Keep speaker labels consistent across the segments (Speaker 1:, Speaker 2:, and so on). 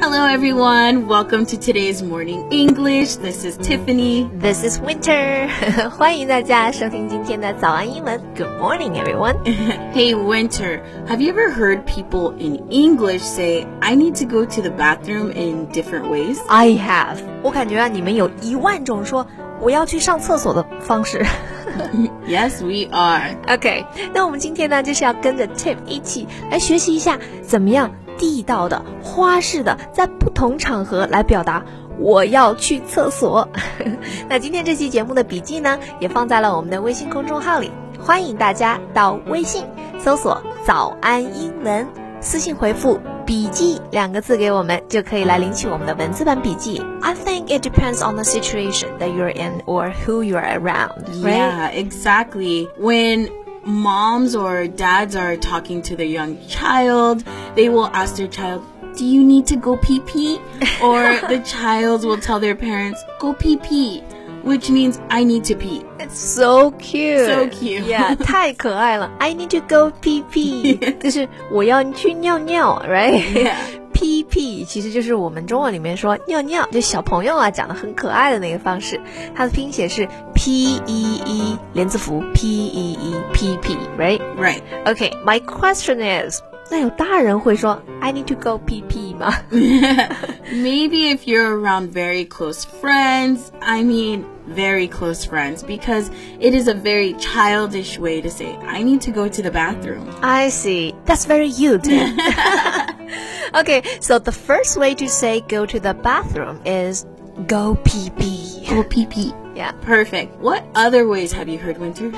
Speaker 1: Hello, everyone. Welcome to today's morning English. This is Tiffany.
Speaker 2: This is Winter，欢 迎大家收听今天的早安英文。Good morning, everyone。
Speaker 1: Hey, Winter, have you ever heard people in English say, I need to go to the bathroom in different ways?
Speaker 2: I have，我感觉啊，你们有一万种说我要去上厕所的方式。
Speaker 1: Yes, we are.
Speaker 2: OK，那我们今天呢，就是要跟着 Tip 一起来学习一下，怎么样地道的、花式的，在不同场合来表达我要去厕所。 那今天这期节目的笔记呢，也放在了我们的微信公众号里，欢迎大家到微信搜索“早安英文”，私信回复。笔记两个字给我们，就可以来领取我们的文字版笔记。I think it depends on the situation that you're in or who you're around, right?
Speaker 1: Yeah, exactly. When moms or dads are talking to their young child, they will ask their child, Do you need to go pee pee? Or the child will tell their parents, Go pee pee, which means I need to pee.
Speaker 2: So cute,
Speaker 1: So cute.
Speaker 2: yeah，太可爱了。I need to go pee pee，就是我要去尿尿，right？pee pee 其实就是我们中文里面说尿尿，就小朋友啊讲的很可爱的那个方式。它的拼写是 p e e 连字符 p e e p p，right？OK，my、
Speaker 1: Right.
Speaker 2: My question is，那有大人会说 I need to go pee pee 吗？
Speaker 1: Maybe if you're around very close friends, I mean very close friends, because it is a very childish way to say, I need to go to the bathroom.
Speaker 2: I see. That's very you, Tim. okay, so the first way to say go to the bathroom is go pee pee.
Speaker 1: Go pee pee.
Speaker 2: Yeah.
Speaker 1: Perfect. What other ways have you heard, Winter?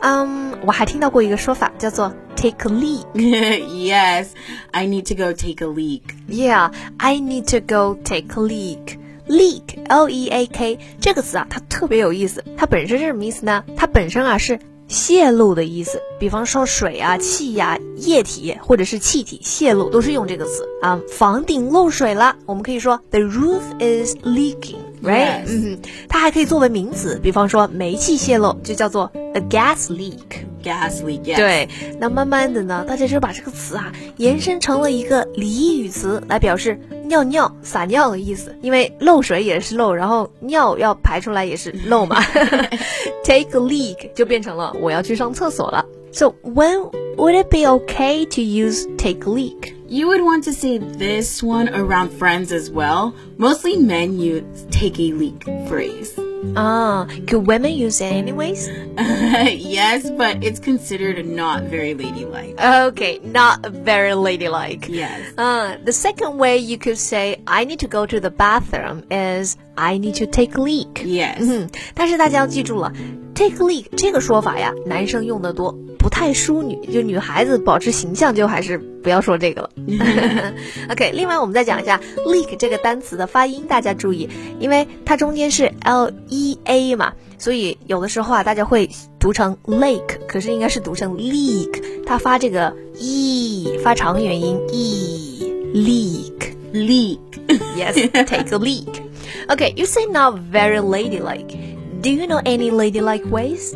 Speaker 2: 嗯、Um, 我还听到过一个说法叫做 take a leak.
Speaker 1: yes, I need to go take a leak.
Speaker 2: Yeah, I need to go take a leak. Leak, L E A K 这个词啊，它特别有意思。它本身是什么意思呢？它本身啊是泄露的意思。比方说水啊、气呀、液体或者是气体泄露，都是用这个词啊。房顶漏水了，我们可以说 the roof is leaking, right？、
Speaker 1: Yes.
Speaker 2: 嗯，它还可以作为名词，比方说煤气泄漏就叫做 a gas leak。
Speaker 1: Gas leak, yes.
Speaker 2: 对，那慢慢的呢，大家就把这个词啊延伸成了一个俚语词来表示尿尿、撒尿的意思，因为漏水也是漏，然后尿要排出来也是漏 嘛。Take a leak 就变成了我要去上厕所了。So when would it be okay to use take a leak?
Speaker 1: You would want to say this one around friends as well. Mostly men use take a leak phrase.
Speaker 2: 啊、c o u l d women use it anyways?
Speaker 1: yes, but it's considered not very ladylike.
Speaker 2: Okay, not very ladylike.
Speaker 1: Yes.
Speaker 2: Uh, the second way you could say I need to go to the bathroom is I need to take a leak.
Speaker 1: Yes.
Speaker 2: 嗯，但是大家要记住了，take a leak 这个说法呀，男生用的多，不太淑女。就女孩子保持形象，就还是不要说这个了。OK，另外我们再讲一下 leak 这个单词的发音，大家注意，因为它中间是 l e a 嘛，所以有的时候啊，大家会读成 lake，可是应该是读成 leak，它发这个 e 发长元音 e leak。
Speaker 1: Leak.
Speaker 2: Yes, take a leak. Okay, you say not very ladylike. Do you know any ladylike ways?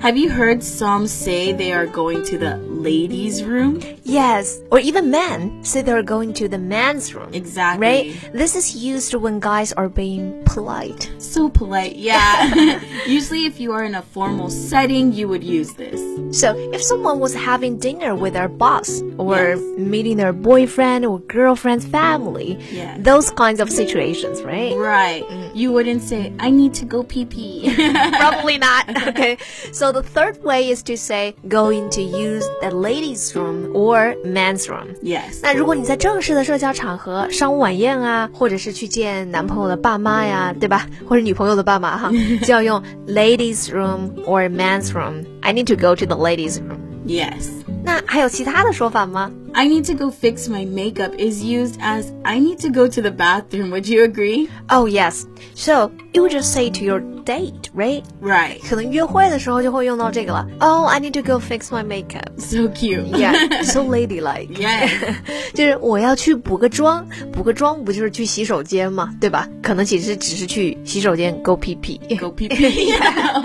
Speaker 1: Have you heard some say they are going to the ladies' room?
Speaker 2: Yes, or even men say they're going to the man's room.
Speaker 1: Exactly.
Speaker 2: Right? This is used when guys are being polite.
Speaker 1: So polite, yeah. Usually, if you are in a formal setting, you would use this.
Speaker 2: So, if someone was having dinner with their boss or
Speaker 1: Yes.
Speaker 2: meeting their boyfriend or girlfriend's family,
Speaker 1: Yes.
Speaker 2: those kinds of situations, right?
Speaker 1: Right. You wouldn't say, I need to go pee pee.
Speaker 2: Probably not. Okay. So the third way is to say going to use the ladies' room or men's room.
Speaker 1: yes.
Speaker 2: 那如果你在正式的社交场合、商务晚宴啊，或者是去见男朋友的爸妈呀，对吧？或者女朋友的爸妈哈，就要用 ladies' room or men's room. I need to go to the ladies' room.
Speaker 1: Yes.
Speaker 2: 那还有其他的说法吗？
Speaker 1: I need to go fix my makeup is used as I need to go to the bathroom. Would you agree?
Speaker 2: Oh yes. So you would just say to your date, right?
Speaker 1: Right.
Speaker 2: 可能约会的时候就会用到这个了。Oh, I need to go fix my makeup.
Speaker 1: So cute.
Speaker 2: Yeah, so ladylike.
Speaker 1: Yes.
Speaker 2: 就是我要去补个妆，补个妆不就是去洗手间嘛，对吧？可能其实只是去洗手间 go pee pee。
Speaker 1: Go pee pee.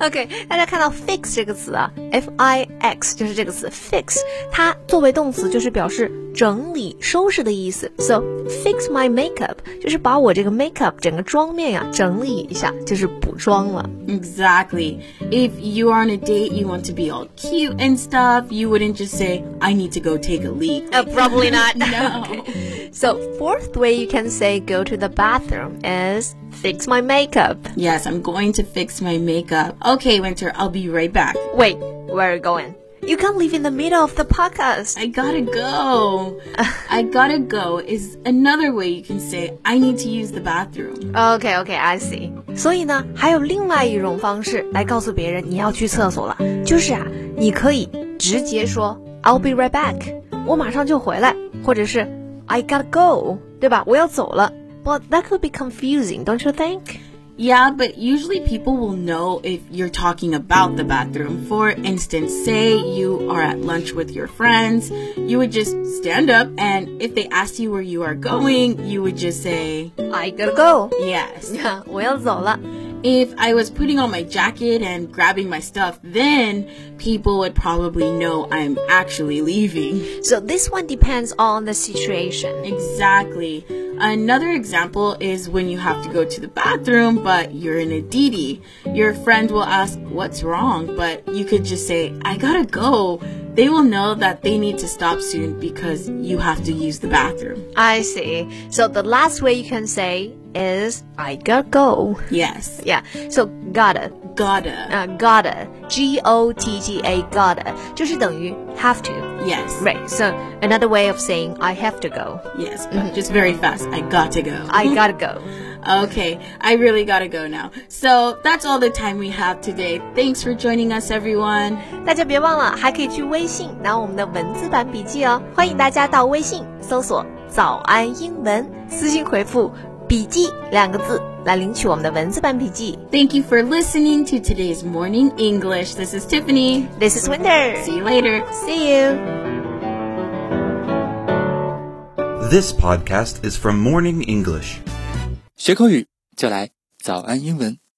Speaker 2: OK，大家看到 fix 这个词啊，f i x 就是这个词 fix，它作为动词就是表示整理、收拾的意思。So fix my makeup 就是把我这个 makeup 整个妆面呀、整理一下，就是补妆了。
Speaker 1: Exactly. If you are on a date, you want to be all cute and stuff. You wouldn't just say, I need to go take a leak.
Speaker 2: Uh, probably not.
Speaker 1: No.
Speaker 2: Okay. So fourth way you can say go to the bathroom is fix my makeup.
Speaker 1: Yes, I'm going to fix my makeup. Okay, Winter, I'll be right back.
Speaker 2: Wait, where are you going? You can't leave in the middle of the podcast.
Speaker 1: I gotta go. I gotta go is another way you can say, I need to use the bathroom.
Speaker 2: OK OK I see。所以呢，还有另外一种方式来告诉别人你要去厕所了，就是啊，你可以直接说 I'll be right back，我马上就回来，或者是 I gotta go，对吧？我要走了。But that could be confusing, don't you think?
Speaker 1: Yeah, but usually people will know if you're talking about the bathroom. For instance, say you are at lunch with your friends, you would just stand up, and if they asked you where you are going, you would just say,
Speaker 2: I gotta go，
Speaker 1: Yes.
Speaker 2: 我要走了。
Speaker 1: If I was putting on my jacket and grabbing my stuff, then people would probably know I'm actually leaving.
Speaker 2: So this one depends on the situation.
Speaker 1: Exactly. Another example is when you have to go to the bathroom, but you're in a DD. Your friend will ask, What's wrong? But you could just say, I gotta go. They will know that they need to stop soon because you have to use the bathroom.
Speaker 2: I see. So the last way you can say is I gotta go.
Speaker 1: Yes.
Speaker 2: Yeah. So gotta
Speaker 1: Gotta.
Speaker 2: 啊、g o t t a g o t t a gotta 就是等于 have to。
Speaker 1: Yes.
Speaker 2: Right, so another way of saying I have to go,
Speaker 1: Yes. But just very fast. I gotta go.
Speaker 2: Mm-hmm. I gotta go.
Speaker 1: Okay, I really gotta go now. So that's all the time we have today. Thanks for joining us, everyone.
Speaker 2: 大家别忘了，还可以去微信拿我们的文字版笔记哦。欢迎大家到微信搜索“早安英文”，私信回复“笔记”两个字来领取我们的文字版笔记。
Speaker 1: Thank you for listening to today's morning English. This is Tiffany.
Speaker 2: This is Winter.
Speaker 1: See you later.
Speaker 2: See you.
Speaker 3: This podcast is from Morning English.
Speaker 4: 学口语就来早安英文。